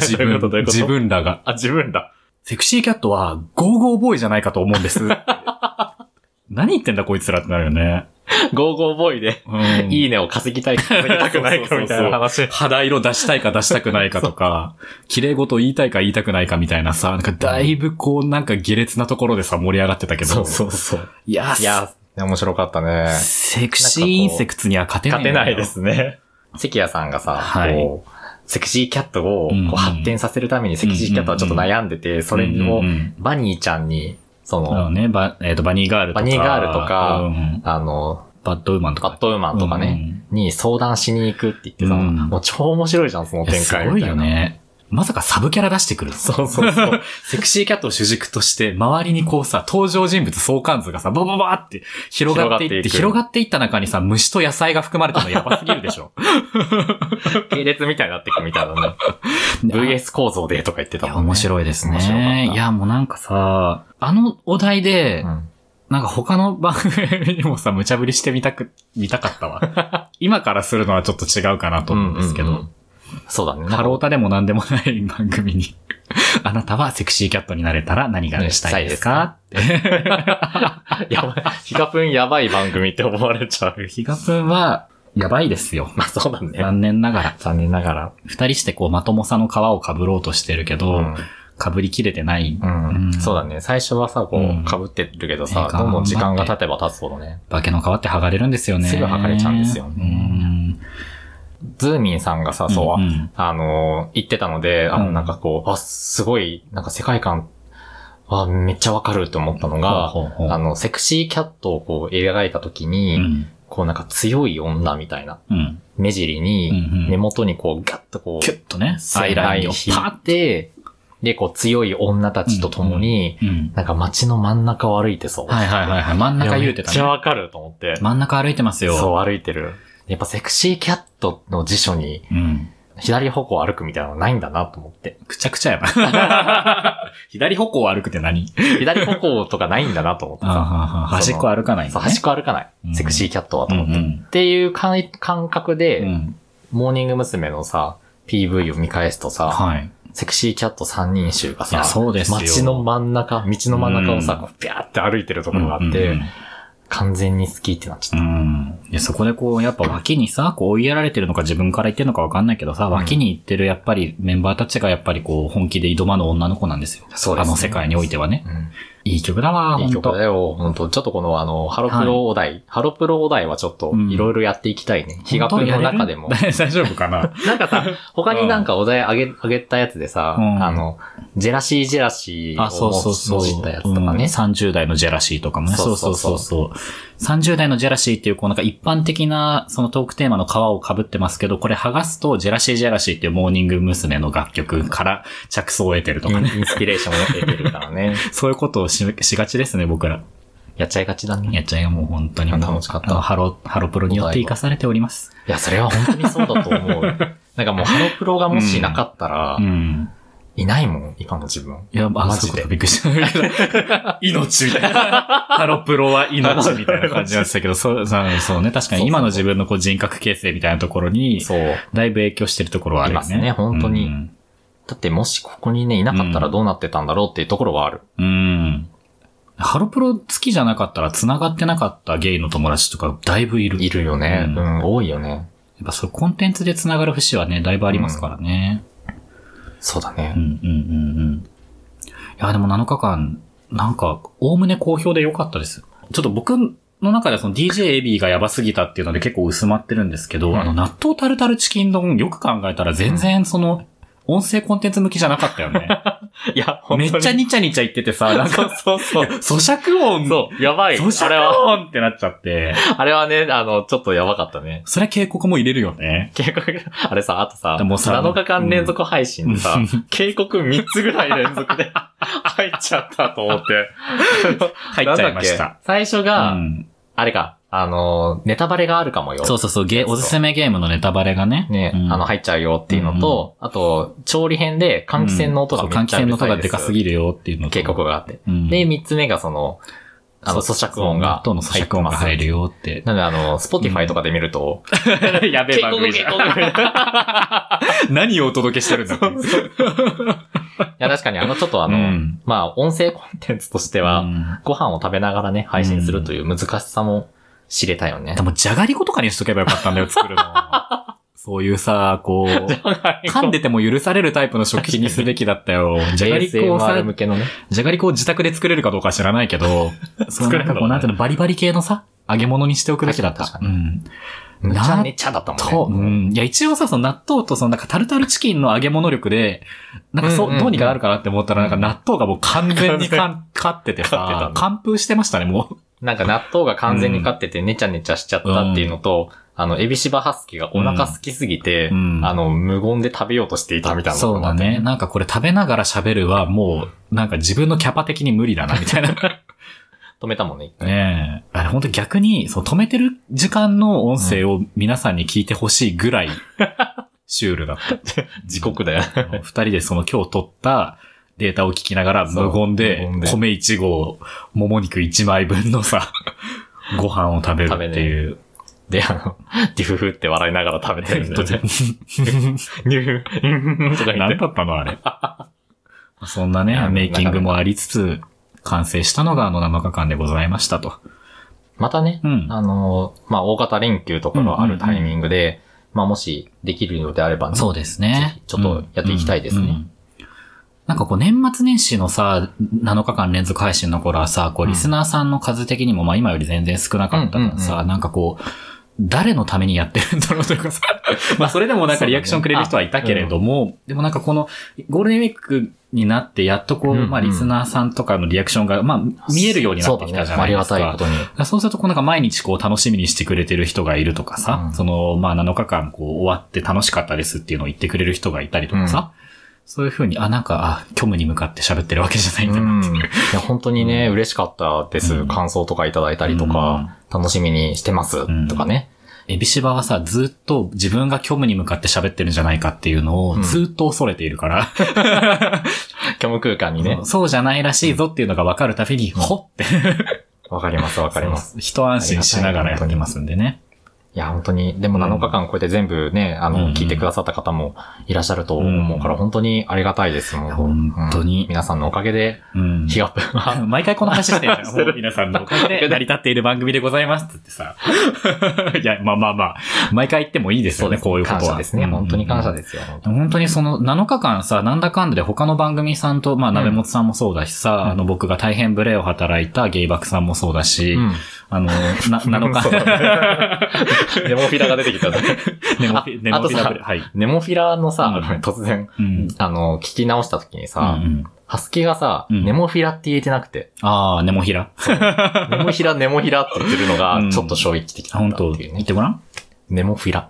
[SPEAKER 4] 自分
[SPEAKER 1] どういうことどういうこと
[SPEAKER 4] 自分らが。
[SPEAKER 1] あ、自分だ。
[SPEAKER 4] セクシーキャットはゴーゴーボーイじゃないかと思うんです。 何言ってんだこいつらってなるよね。
[SPEAKER 1] ゴーゴーボーイで、
[SPEAKER 4] うん
[SPEAKER 1] いいねを稼ぎたいか稼ぎたくないかみたいな話。
[SPEAKER 4] 肌色出したいか出したくないかとか、綺麗事言いたいか言いたくないかみたいなさ、なんかだいぶこうなんか下劣なところでさ盛り上がってたけど。
[SPEAKER 1] うそう。
[SPEAKER 4] いや、
[SPEAKER 1] いや、面白かったね。
[SPEAKER 4] セクシーインセクツには勝てない。
[SPEAKER 1] 勝てないで。すね。関谷さんがさ、
[SPEAKER 4] はい
[SPEAKER 1] こう、セクシーキャットをこ
[SPEAKER 4] うんうん
[SPEAKER 1] う発展させるためにセクシーキャットはちょっと悩んでて、それを
[SPEAKER 4] うんうん
[SPEAKER 1] バニーちゃんに、そ
[SPEAKER 4] あの
[SPEAKER 1] の、
[SPEAKER 4] ね、バ、えっ、と、バニーガールとか。
[SPEAKER 1] バニーガールとか
[SPEAKER 4] うん
[SPEAKER 1] あの、
[SPEAKER 4] バッドウーマンとか。
[SPEAKER 1] バットウーマンとかね、に相談しに行くって言ってさ、
[SPEAKER 4] うん
[SPEAKER 1] もう超面白いじゃん、その
[SPEAKER 4] うん。いや
[SPEAKER 1] 展
[SPEAKER 4] す
[SPEAKER 1] 開
[SPEAKER 4] ご
[SPEAKER 1] み
[SPEAKER 4] い
[SPEAKER 1] たいな。
[SPEAKER 4] よね。まさかサブキャラ出してくる。
[SPEAKER 1] そうそうそう。
[SPEAKER 4] セクシーキャットを主軸として、周りにこうさ、登場人物相関図がさ、ババババって広がっていって、広
[SPEAKER 1] 広
[SPEAKER 4] がっていった中にさ、虫と野菜が含まれたのやばすぎるでしょ。
[SPEAKER 1] 系列みたいになってくみ たいな ね。VS 構造でとか言って
[SPEAKER 4] い
[SPEAKER 1] たも
[SPEAKER 4] や、
[SPEAKER 1] んね。
[SPEAKER 4] 面白いです
[SPEAKER 1] 面白か
[SPEAKER 4] ね。
[SPEAKER 1] った
[SPEAKER 4] いや、もうなんかさ、あのお題で、
[SPEAKER 1] うん
[SPEAKER 4] なんか他の番組にもさ、無茶ぶりしてみたく、見たかった わ。今からするのはちょっと違うかなと思うんですけど、
[SPEAKER 1] うんうんうんそうだね。
[SPEAKER 4] ハロータでも何でもない番組に、 あなたはセクシーキャットになれたら何がしたいですか
[SPEAKER 1] やばい。ヒカプンやばい番組って思われちゃう。
[SPEAKER 4] ヒガプンは、やばいですよ。
[SPEAKER 1] まあそうだね。
[SPEAKER 4] 残念ながら。
[SPEAKER 1] 残念ながら。
[SPEAKER 4] 二人してこう、まともさの皮を被ろうとしてるけど、被りきれてない。
[SPEAKER 1] うん。
[SPEAKER 4] うん
[SPEAKER 1] そうだね。最初はさ、こう、
[SPEAKER 4] うん
[SPEAKER 1] 被ってるけど
[SPEAKER 4] ね
[SPEAKER 1] さ、どんどん時間が経てば経つほどね。
[SPEAKER 4] 化けの皮って剥がれるんですよね。
[SPEAKER 1] すぐ剥がれちゃうんですよ
[SPEAKER 4] う
[SPEAKER 1] ね
[SPEAKER 4] ん。
[SPEAKER 1] ズーミンさんがさ、そう、
[SPEAKER 4] んん
[SPEAKER 1] あのー、言ってたので、あ
[SPEAKER 4] うん
[SPEAKER 1] なんかこう、あ、すごい、なんか世界観、あ、めっちゃわかると思ったのが、
[SPEAKER 4] ほうほうほう
[SPEAKER 1] あの、セクシーキャットをこう描いた時に、
[SPEAKER 4] うん。
[SPEAKER 1] こうなんか強い女みたいな、
[SPEAKER 4] うん。
[SPEAKER 1] 目尻
[SPEAKER 4] うんう
[SPEAKER 1] に
[SPEAKER 4] ん、
[SPEAKER 1] 目元にこうガッとこ
[SPEAKER 4] キュ
[SPEAKER 1] う、
[SPEAKER 4] ッとね、
[SPEAKER 1] アイラインを引いて、で、こう強い女たちと共に、
[SPEAKER 4] うん。
[SPEAKER 1] なんか街の真ん中を歩いてそう。
[SPEAKER 4] はいはいはいはい。真ん
[SPEAKER 1] いや
[SPEAKER 4] 中言う
[SPEAKER 1] め
[SPEAKER 4] て
[SPEAKER 1] ったちゃ
[SPEAKER 4] ね。
[SPEAKER 1] わかると思って。
[SPEAKER 4] 真ん中歩いてますよ。
[SPEAKER 1] そう、歩いてる。やっぱセクシーキャットの辞書に、
[SPEAKER 4] う。うん。
[SPEAKER 1] 左方向歩くみたいなのないんだなと思って。
[SPEAKER 4] くちゃくちゃや な。左方向を歩くって何
[SPEAKER 1] 左方向とかないんだなと思って
[SPEAKER 4] あは
[SPEAKER 1] さ。
[SPEAKER 4] はは端っこ歩かないん
[SPEAKER 1] そう
[SPEAKER 4] だね。
[SPEAKER 1] 端っこ歩かない、
[SPEAKER 4] うん
[SPEAKER 1] セクシーキャットはと
[SPEAKER 4] うん
[SPEAKER 1] 思
[SPEAKER 4] う
[SPEAKER 1] って。っ
[SPEAKER 4] ん。
[SPEAKER 1] ていうかん感覚で、
[SPEAKER 4] うん。
[SPEAKER 1] モーニング娘。のさ、PV を見返すとさ、
[SPEAKER 4] はい。
[SPEAKER 1] セクシーキャット3人集が
[SPEAKER 4] い
[SPEAKER 1] さ、
[SPEAKER 4] やそうですよ
[SPEAKER 1] 街の真ん中、道の真ん中をさ、
[SPEAKER 4] うん
[SPEAKER 1] こうピャーって歩いてるところがあって、
[SPEAKER 4] うんうんうん
[SPEAKER 1] 完全に好きってなっち
[SPEAKER 4] う
[SPEAKER 1] ゃっ
[SPEAKER 4] ん。で、そこでこう、やっぱ脇にさ、こう追いやられてるのか自分から言ってるのかわかんないけどさ、
[SPEAKER 1] ん
[SPEAKER 4] 脇に行ってるやっぱりメンバーたちがやっぱりこう、本気で挑まぬ女の子なんですよ。
[SPEAKER 1] た。そうです、
[SPEAKER 4] あの世界においてはね。
[SPEAKER 1] うん。
[SPEAKER 4] いい曲だわ、ほ
[SPEAKER 1] いい
[SPEAKER 4] ん
[SPEAKER 1] 曲だ
[SPEAKER 4] と。
[SPEAKER 1] よ、本当ちょっとこのあの、ハロプロお題、ハロプロお題はちょっと
[SPEAKER 4] うん
[SPEAKER 1] いろいろやっていきたいね。ヒガプンの中でも。
[SPEAKER 4] 大丈夫かな
[SPEAKER 1] なんかさ、他になんかお題あげ、あげたやつでさ、
[SPEAKER 4] うん
[SPEAKER 1] あの、ジェラシージェラシ
[SPEAKER 4] あ、
[SPEAKER 1] ー
[SPEAKER 4] そ
[SPEAKER 1] を
[SPEAKER 4] うそう
[SPEAKER 1] も
[SPEAKER 4] そう。
[SPEAKER 1] じったやつとか
[SPEAKER 4] うん
[SPEAKER 1] ね。
[SPEAKER 4] 30代のジェラシーとかもね。
[SPEAKER 1] そ
[SPEAKER 4] そうう
[SPEAKER 1] そ
[SPEAKER 4] そうう
[SPEAKER 1] そ
[SPEAKER 4] そううそう。30代のジェラシーっていう、こうなんか一般的なそのトークテーマの皮を被ってますけど、これ剥がすと、ジェラシージェラシーっていうモーニング娘。の楽曲から着想を得てるとかね。
[SPEAKER 1] インインスピレーションを得てるからね。
[SPEAKER 4] そういうことをししがちですね、僕ら。
[SPEAKER 1] やっちゃいがちだね。
[SPEAKER 4] やっちゃいがもう本当にもう。
[SPEAKER 1] 楽しかった
[SPEAKER 4] あのハロ、ハロプロによって生かされております。
[SPEAKER 1] いや、それは本当にそうだと思う。 なんかもう、ハロプロがもしなかったら
[SPEAKER 4] う、ん。
[SPEAKER 1] いないもん、今の自分。
[SPEAKER 4] いや、あ、
[SPEAKER 1] マジ
[SPEAKER 4] そ
[SPEAKER 1] で
[SPEAKER 4] ういうことびっくりした。 命みたいな。ハロプロは命みたいな感じなんでしたけど、そう、そうそうね。確かに今の自分のこう人格形成みたいなところに、
[SPEAKER 1] そう。
[SPEAKER 4] だいぶ影響してるところはあります
[SPEAKER 1] あ
[SPEAKER 4] ね。
[SPEAKER 1] りますね本当に
[SPEAKER 4] うん。
[SPEAKER 1] だって、もしここにね、いなかったらどうなってたんだろうっていうところはある。
[SPEAKER 4] うんハロプロ好きじゃなかったら繋がってなかったゲイの友達とかだいぶいる。
[SPEAKER 1] いるよね。
[SPEAKER 4] う
[SPEAKER 1] うんん、多いよね。
[SPEAKER 4] やっぱそういうコンテンツで繋がる節はね、だいぶありますからね。
[SPEAKER 1] そうだ
[SPEAKER 4] うん
[SPEAKER 1] ね。
[SPEAKER 4] うんうんうん。いや、でも7日間、なんか、おおむね好評で良かったです。ちょっと僕の中ではその DJ エビーがやばすぎたっていうので結構薄まってるんですけど、
[SPEAKER 1] うん
[SPEAKER 4] あの、納豆タルタルチキン丼よく考えたら全然その、音声コンテンツ向きじゃなかったよ ね。
[SPEAKER 1] いや、
[SPEAKER 4] めっちゃニチャニチャ言っててさ、なんか、
[SPEAKER 1] そうそう。
[SPEAKER 4] 咀嚼音、
[SPEAKER 1] そう、やばい。
[SPEAKER 4] 咀
[SPEAKER 1] あれ
[SPEAKER 4] 嚼
[SPEAKER 1] は、
[SPEAKER 4] 音ってなっちゃって、
[SPEAKER 1] あれはね、あの、ちょっとやばかったね。
[SPEAKER 4] それは警告も入れるよね。
[SPEAKER 1] 警告、あれさ、あとさ、
[SPEAKER 4] でもさ
[SPEAKER 1] 7日間連続配信でさ、警告3つぐらい連続 で入っちゃったと思って。
[SPEAKER 4] 入っちゃいまし
[SPEAKER 1] なんだ
[SPEAKER 4] た
[SPEAKER 1] っ。け。最初
[SPEAKER 4] う
[SPEAKER 1] が、
[SPEAKER 4] ん、
[SPEAKER 1] あれか、あの、ネタバレがあるかもよ。
[SPEAKER 4] そうそうそう、ゲーおすすめゲームのネタバレがね。
[SPEAKER 1] ね、
[SPEAKER 4] うん
[SPEAKER 1] あの、入っちゃうよっていうのと、あと、調理編で換気扇の音が
[SPEAKER 4] うん
[SPEAKER 1] め
[SPEAKER 4] そう
[SPEAKER 1] っ
[SPEAKER 4] 換
[SPEAKER 1] ち
[SPEAKER 4] 気
[SPEAKER 1] ゃ
[SPEAKER 4] 扇の
[SPEAKER 1] うる
[SPEAKER 4] 音
[SPEAKER 1] さ
[SPEAKER 4] が
[SPEAKER 1] いで
[SPEAKER 4] ですかすぎるよっていうのと
[SPEAKER 1] 警告があって。
[SPEAKER 4] うん
[SPEAKER 1] で、三つ目がその、あの、咀嚼音が
[SPEAKER 4] 納豆の咀嚼音が入る
[SPEAKER 1] よ。
[SPEAKER 4] よって。
[SPEAKER 1] なので、あの、スポティファイとかで見ると、
[SPEAKER 4] やべ
[SPEAKER 1] 警告警告みたい な
[SPEAKER 4] 何をお届けしてるんだって。
[SPEAKER 1] いや、確かにあの、ちょっとあの、
[SPEAKER 4] うん
[SPEAKER 1] まあ、音声コンテンツとしては、
[SPEAKER 4] うん
[SPEAKER 1] ご飯を食べながらね、配信するという難しさも知れたよね
[SPEAKER 4] で。も、じゃがりことかにしとけばよかったんだよ、作るの。 そういうさ、こう、噛んでても許されるタイプの食品にすべきだったよ。じゃがりこをさ
[SPEAKER 1] ASMR、向けのね。
[SPEAKER 4] じゃがりこを自宅で作れるかどうかは知らないけど、そのなんかこう、なんていうの、バリバリ系のさ、揚げ物にしておくべきだった。
[SPEAKER 1] 確かに
[SPEAKER 4] うん。
[SPEAKER 1] むちゃめちゃだった
[SPEAKER 4] と、
[SPEAKER 1] も
[SPEAKER 4] うん
[SPEAKER 1] ね。
[SPEAKER 4] ん。いや、一応さ、その納豆とそのなんかタルタルチキンの揚げ物力で、なんかそう、
[SPEAKER 1] うんうんうん
[SPEAKER 4] どうにかなるかなって思ったら、なんか納豆がもう完全にか ん勝ってて
[SPEAKER 1] 勝ってた
[SPEAKER 4] さ
[SPEAKER 1] ね、
[SPEAKER 4] 完封してましたね、も
[SPEAKER 1] なんか納豆が完全に勝っててネチャネチャしちゃったっていうのと、あの、エビシバハスキがお腹空きすぎて、
[SPEAKER 4] うん。
[SPEAKER 1] あの、無言で食べようとしていたみたいうな。
[SPEAKER 4] そうだね。。なんかこれ食べながら喋るは、もう、なんか自分のキャパ的に無理だな、み たいな。
[SPEAKER 1] 止めたもんね。
[SPEAKER 4] ねえ。あれ本当逆に、そう止めてる時間の音声を皆さんに聞いてほしいぐらい、シュールだった。
[SPEAKER 1] 時刻だよ。
[SPEAKER 4] あの二人でその今日取ったデータを聞きながら
[SPEAKER 1] そう
[SPEAKER 4] 無言で
[SPEAKER 1] 無言で
[SPEAKER 4] 米1合、もも肉1枚分の さ、ご飯を食べるっていう。
[SPEAKER 1] で、あの、デュフフって笑いながら食べてるんだよね。デュフフ、とか言っ
[SPEAKER 4] 何
[SPEAKER 1] て。
[SPEAKER 4] だったのあ れ。そんなね
[SPEAKER 1] う、ん
[SPEAKER 4] メイキングもありつつ、完成したのがあの7日間でございましたと。
[SPEAKER 1] またね、
[SPEAKER 4] うん。
[SPEAKER 1] あの、まあ、大型連休とかがあるタイミングで、まあ、もしできるのであればね。
[SPEAKER 4] そうですね
[SPEAKER 1] ぜ。ひちょっとやっていきたいですね
[SPEAKER 4] うんうんうんなんかこう年末年始のさ、7日間連続配信の頃はさ、こう
[SPEAKER 1] うん
[SPEAKER 4] リスナーさんの数的にもまあ今より全然少なかったからさ、
[SPEAKER 1] うんうんう
[SPEAKER 4] なんかこう、誰のためにやってるんだろうというかさ、 まあそれでもなんかリアクションくれる人はいたけれども、でもなんかこのゴールデンウィークになってやっとこう、
[SPEAKER 1] うんうん
[SPEAKER 4] まあリスナーさんとかのリアクションが、まあ見えるようになってきたじゃないですか。
[SPEAKER 1] そうだねありがたいことに。
[SPEAKER 4] だからそうすると、こうなんか毎日こう楽しみにしてくれてる人がいるとかさ、
[SPEAKER 1] うん
[SPEAKER 4] その、まあ7日間こう終わって楽しかったですっていうのを言ってくれる人がいたりとかさ、そういうふうに、あ、なんか、あ、虚無に向かって喋ってるわけじゃないんだなっていう。
[SPEAKER 1] いや本当にね、嬉しかったです、
[SPEAKER 4] うん
[SPEAKER 1] 感想とかいただいたりとか、楽しみにしてます、
[SPEAKER 4] ん
[SPEAKER 1] とかね。
[SPEAKER 4] エビシバはさ、ずっと自分が虚無に向かって喋ってるんじゃないかっていうの
[SPEAKER 1] う
[SPEAKER 4] を
[SPEAKER 1] ん
[SPEAKER 4] ずっと恐れているから、
[SPEAKER 1] 虚無空間にね
[SPEAKER 4] そう。そうじゃないらしいぞっていうのが分かるたびに、ほって、
[SPEAKER 1] わかります、わかります。
[SPEAKER 4] そう一安心しながらやってますんでね。
[SPEAKER 1] いや、本当に、でも
[SPEAKER 4] うん
[SPEAKER 1] 7日間こうやって全部ね、あ
[SPEAKER 4] う
[SPEAKER 1] の、
[SPEAKER 4] ん
[SPEAKER 1] 聞いてくださった方もいらっしゃると思うから、
[SPEAKER 4] うん
[SPEAKER 1] 本当にありがたいです、もう
[SPEAKER 4] 本当に
[SPEAKER 1] うん皆さんのおかげで、
[SPEAKER 4] うん
[SPEAKER 1] 日が、は
[SPEAKER 4] 毎回この話してる じゃん。もう皆さんのおかげで成り立っている番組でございますっつってさ。 いや、まあまあまあ、毎回言ってもいいですよね、こういうことは。
[SPEAKER 1] 感謝ですね。本当に感謝
[SPEAKER 4] す。
[SPEAKER 1] ですよ。本当に
[SPEAKER 4] 本当にその7日間さ、なんだかんだで他の番組さんと、まあ、鍋本さんもそうだしさ、
[SPEAKER 1] うん
[SPEAKER 4] あの、僕が大変無礼を働いたゲイバクさんもそうだし、あの、な、7
[SPEAKER 1] そう
[SPEAKER 4] 日、
[SPEAKER 1] ネモフィラが出てきたね。
[SPEAKER 4] ネモフィネモフィラ
[SPEAKER 1] あ
[SPEAKER 4] ブレ、はい。
[SPEAKER 1] ネモフィラのさ、
[SPEAKER 4] うん
[SPEAKER 1] 突然、
[SPEAKER 4] うん。
[SPEAKER 1] あの、聞き直した時にさ、
[SPEAKER 4] うんうん
[SPEAKER 1] ハスキがさ、
[SPEAKER 4] うん
[SPEAKER 1] ネモフィラって言えてなく て、
[SPEAKER 4] ああ、ネモヒラ。
[SPEAKER 1] ネモフィラ、ネモフィラって言ってるのが
[SPEAKER 4] う、ん
[SPEAKER 1] ちょっと衝撃的だ
[SPEAKER 4] あ
[SPEAKER 1] っ
[SPEAKER 4] 本
[SPEAKER 1] た
[SPEAKER 4] 当
[SPEAKER 1] っていう
[SPEAKER 4] 言っ
[SPEAKER 1] ね。
[SPEAKER 4] てごらん
[SPEAKER 1] ネモフィラ。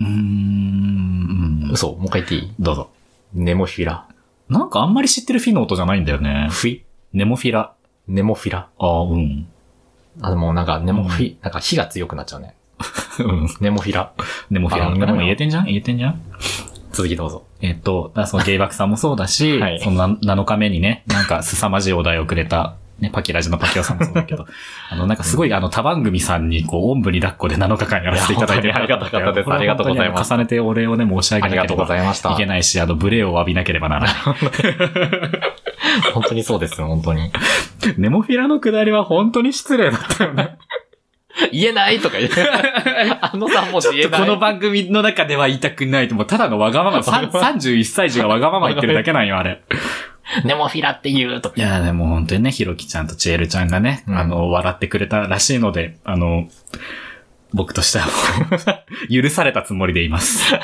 [SPEAKER 4] うーん。
[SPEAKER 1] 嘘、もう一回言っていい
[SPEAKER 4] どうぞ。
[SPEAKER 1] ネモフィラ。
[SPEAKER 4] なんかあんまり知ってるフィの音じゃないんだよね。
[SPEAKER 1] フィ、
[SPEAKER 4] ネモフィラ。
[SPEAKER 1] ネモフィラ。
[SPEAKER 4] ああ、うん。
[SPEAKER 1] あ、でもなんか、ネモフィ、なんか火が強くなっちゃうね。ネモフィラ。
[SPEAKER 4] ネモフィ
[SPEAKER 1] あ
[SPEAKER 4] ラ。
[SPEAKER 1] ネモフィラ
[SPEAKER 4] でも言えてんじゃん言えてんじゃん
[SPEAKER 1] 続きどうぞ。
[SPEAKER 4] えっと、だからそのゲイバクさんもそうだし、
[SPEAKER 1] はい
[SPEAKER 4] そのな7日目にね、なんか凄まじいお題をくれた、ね、パキラジのパキオさんもそうだけ ど、あの、なんかすごい、あの、他番組さんに、こう、おんぶに抱っこで7日間やらせていただいて
[SPEAKER 1] いや本当にありがたかったです
[SPEAKER 4] これは
[SPEAKER 1] ありがとうございま
[SPEAKER 4] 本
[SPEAKER 1] す
[SPEAKER 4] 当にあの重ねてお礼をね、申し上
[SPEAKER 1] あ
[SPEAKER 4] げ
[SPEAKER 1] り
[SPEAKER 4] な
[SPEAKER 1] が
[SPEAKER 4] け
[SPEAKER 1] と
[SPEAKER 4] れ
[SPEAKER 1] うござ
[SPEAKER 4] ば
[SPEAKER 1] いました
[SPEAKER 4] い。けないし、あの、無礼を浴びなければ ならない。
[SPEAKER 1] 本当にそうです、本当に。
[SPEAKER 4] ネモフィラのくだりは本当に失礼だったよね。
[SPEAKER 1] 言えないとか 言って。あのさ、もう言えない。
[SPEAKER 4] この番組の中では言いたくないと、もうただのわがまま、 さん31歳児がわがまま言ってるだけなんよ、あれ。
[SPEAKER 1] ネモフィラって言うとか
[SPEAKER 4] い。や、でも本当にね、ひろきちゃんとちえるちゃんがね、
[SPEAKER 1] うん
[SPEAKER 4] あの、笑ってくれたらしいので、あの、僕としてはもう 許されたつもりでいます。
[SPEAKER 1] い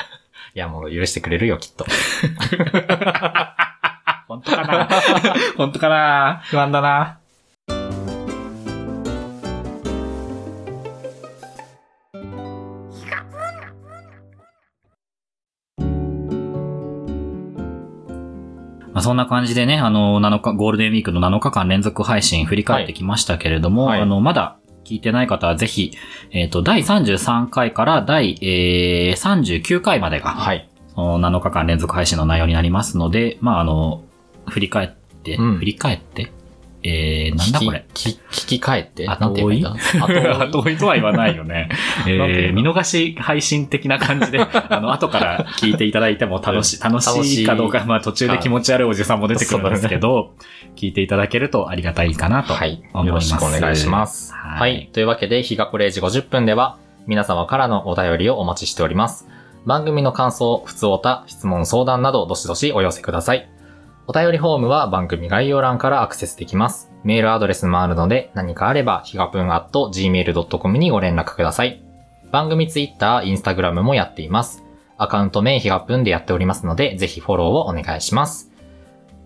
[SPEAKER 1] や、もう許してくれるよ、きっと。
[SPEAKER 4] 本当かな 本当かな不安だな。まあ、そんな感じでね、あの、7日、ゴールデンウィークの7日間連続配信振り返ってきましたけれども、
[SPEAKER 1] はいはい
[SPEAKER 4] あの、まだ聞いてない方はぜひ、えっ、と、第33回から第、えー、39回までが、
[SPEAKER 1] はい。
[SPEAKER 4] その7日間連続配信の内容になりますので、まあ、あの、振り返って、
[SPEAKER 1] うん
[SPEAKER 4] 振り返って、えー、なんだこれ。
[SPEAKER 1] 聞き、聞き返って。
[SPEAKER 4] 後
[SPEAKER 1] なんて言
[SPEAKER 4] 追
[SPEAKER 1] え
[SPEAKER 4] い
[SPEAKER 1] ばいいんだ 後追い。
[SPEAKER 4] い とは言わないよね。
[SPEAKER 1] なんてい
[SPEAKER 4] え
[SPEAKER 1] う
[SPEAKER 4] ー、
[SPEAKER 1] の
[SPEAKER 4] 見逃し配信的な感じ で、あの、後から聞いていただいても楽しい、楽しいかどうか、まあ途中で気持ち悪いおじさんも出てくるんですけど、聞いていただけるとありがたいかなと。
[SPEAKER 1] はい。
[SPEAKER 4] 思い
[SPEAKER 1] よ
[SPEAKER 4] ま
[SPEAKER 1] ろ
[SPEAKER 4] す
[SPEAKER 1] しくお願いします。
[SPEAKER 4] は
[SPEAKER 1] はいい。というわけで、日が暮れ時50分では、皆様からのお便りをお待ちしております。番組の感想、普通おた、質問、相談など、どしどしお寄せください。お便りフォームは番組概要欄からアクセスできます。メールアドレスもあるので、何かあれば、ひがぷん at gmail.com にご連絡ください。番組ツイッター、インスタグラムもやっています。アカウント名ひがぷんでやっておりますので、ぜひフォローをお願いします。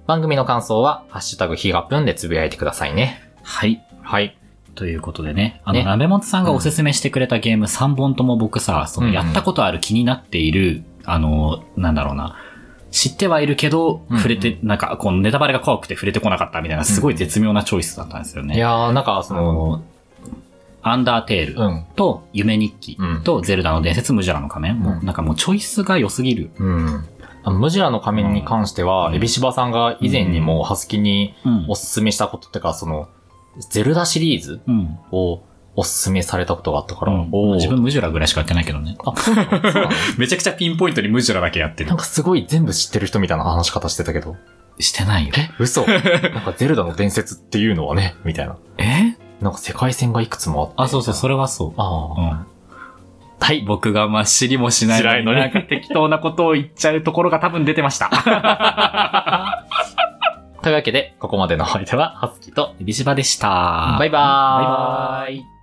[SPEAKER 1] 番組の感想は、ハッシュタグひがぷんでつぶやいてくださいね。
[SPEAKER 4] はい。
[SPEAKER 1] はい。
[SPEAKER 4] ということでね、あの、
[SPEAKER 1] ね
[SPEAKER 4] なべもつさんがおすすめしてくれたゲーム3本とも僕さ、その、
[SPEAKER 1] うんうん
[SPEAKER 4] やったことある気になっている、あの、なんだろうな、知ってはいるけど、
[SPEAKER 1] うんうん
[SPEAKER 4] 触れて、なんか、こう、ネタバレが怖くて触れてこなかったみたいな、すごい絶妙なチョイスだったんですよね。
[SPEAKER 1] いやー、なんか、そ
[SPEAKER 4] あ
[SPEAKER 1] の、
[SPEAKER 4] の、アンダーテール
[SPEAKER 1] うん。
[SPEAKER 4] と、夢日記
[SPEAKER 1] うん
[SPEAKER 4] と、ゼルダの伝説ムジュラの仮面、もう
[SPEAKER 1] うん
[SPEAKER 4] なんかもうチョイスが良すぎる。
[SPEAKER 1] うん。あのムジラの仮面に関しては、
[SPEAKER 4] うん
[SPEAKER 1] エビシバさんが以前にもハスキに
[SPEAKER 4] うん
[SPEAKER 1] おすすめしたことってか、その、ゼルダシリーズ
[SPEAKER 4] うん。
[SPEAKER 1] をおすすめされたことがあったから、
[SPEAKER 4] うん
[SPEAKER 1] おー
[SPEAKER 4] 自分ムジュラぐらいしかやってないけどね。
[SPEAKER 1] あ、そうなのそうなの
[SPEAKER 4] めちゃくちゃピンポイントにムジュラだけやって
[SPEAKER 1] なん。かすごい全部知ってる人みたいな話し方してたけど、
[SPEAKER 4] してないよ。
[SPEAKER 1] え 嘘なんかゼルダの伝説っていうのはね、みたいな。
[SPEAKER 4] え
[SPEAKER 1] なんか世界線がいくつもあって。
[SPEAKER 4] あ、そうそう、それはそう。
[SPEAKER 1] あ
[SPEAKER 4] う
[SPEAKER 1] あ。
[SPEAKER 4] ん。はい、僕がまあ知りもしない
[SPEAKER 1] 知らないの
[SPEAKER 4] なん
[SPEAKER 1] に
[SPEAKER 4] か適当なことを言っちゃうところが多分出てま した。
[SPEAKER 1] というわけで、ここまでのお相手は、ハスキと、
[SPEAKER 4] ビシバでした。
[SPEAKER 1] バ
[SPEAKER 4] バイ
[SPEAKER 1] イバーイ。
[SPEAKER 4] バーイ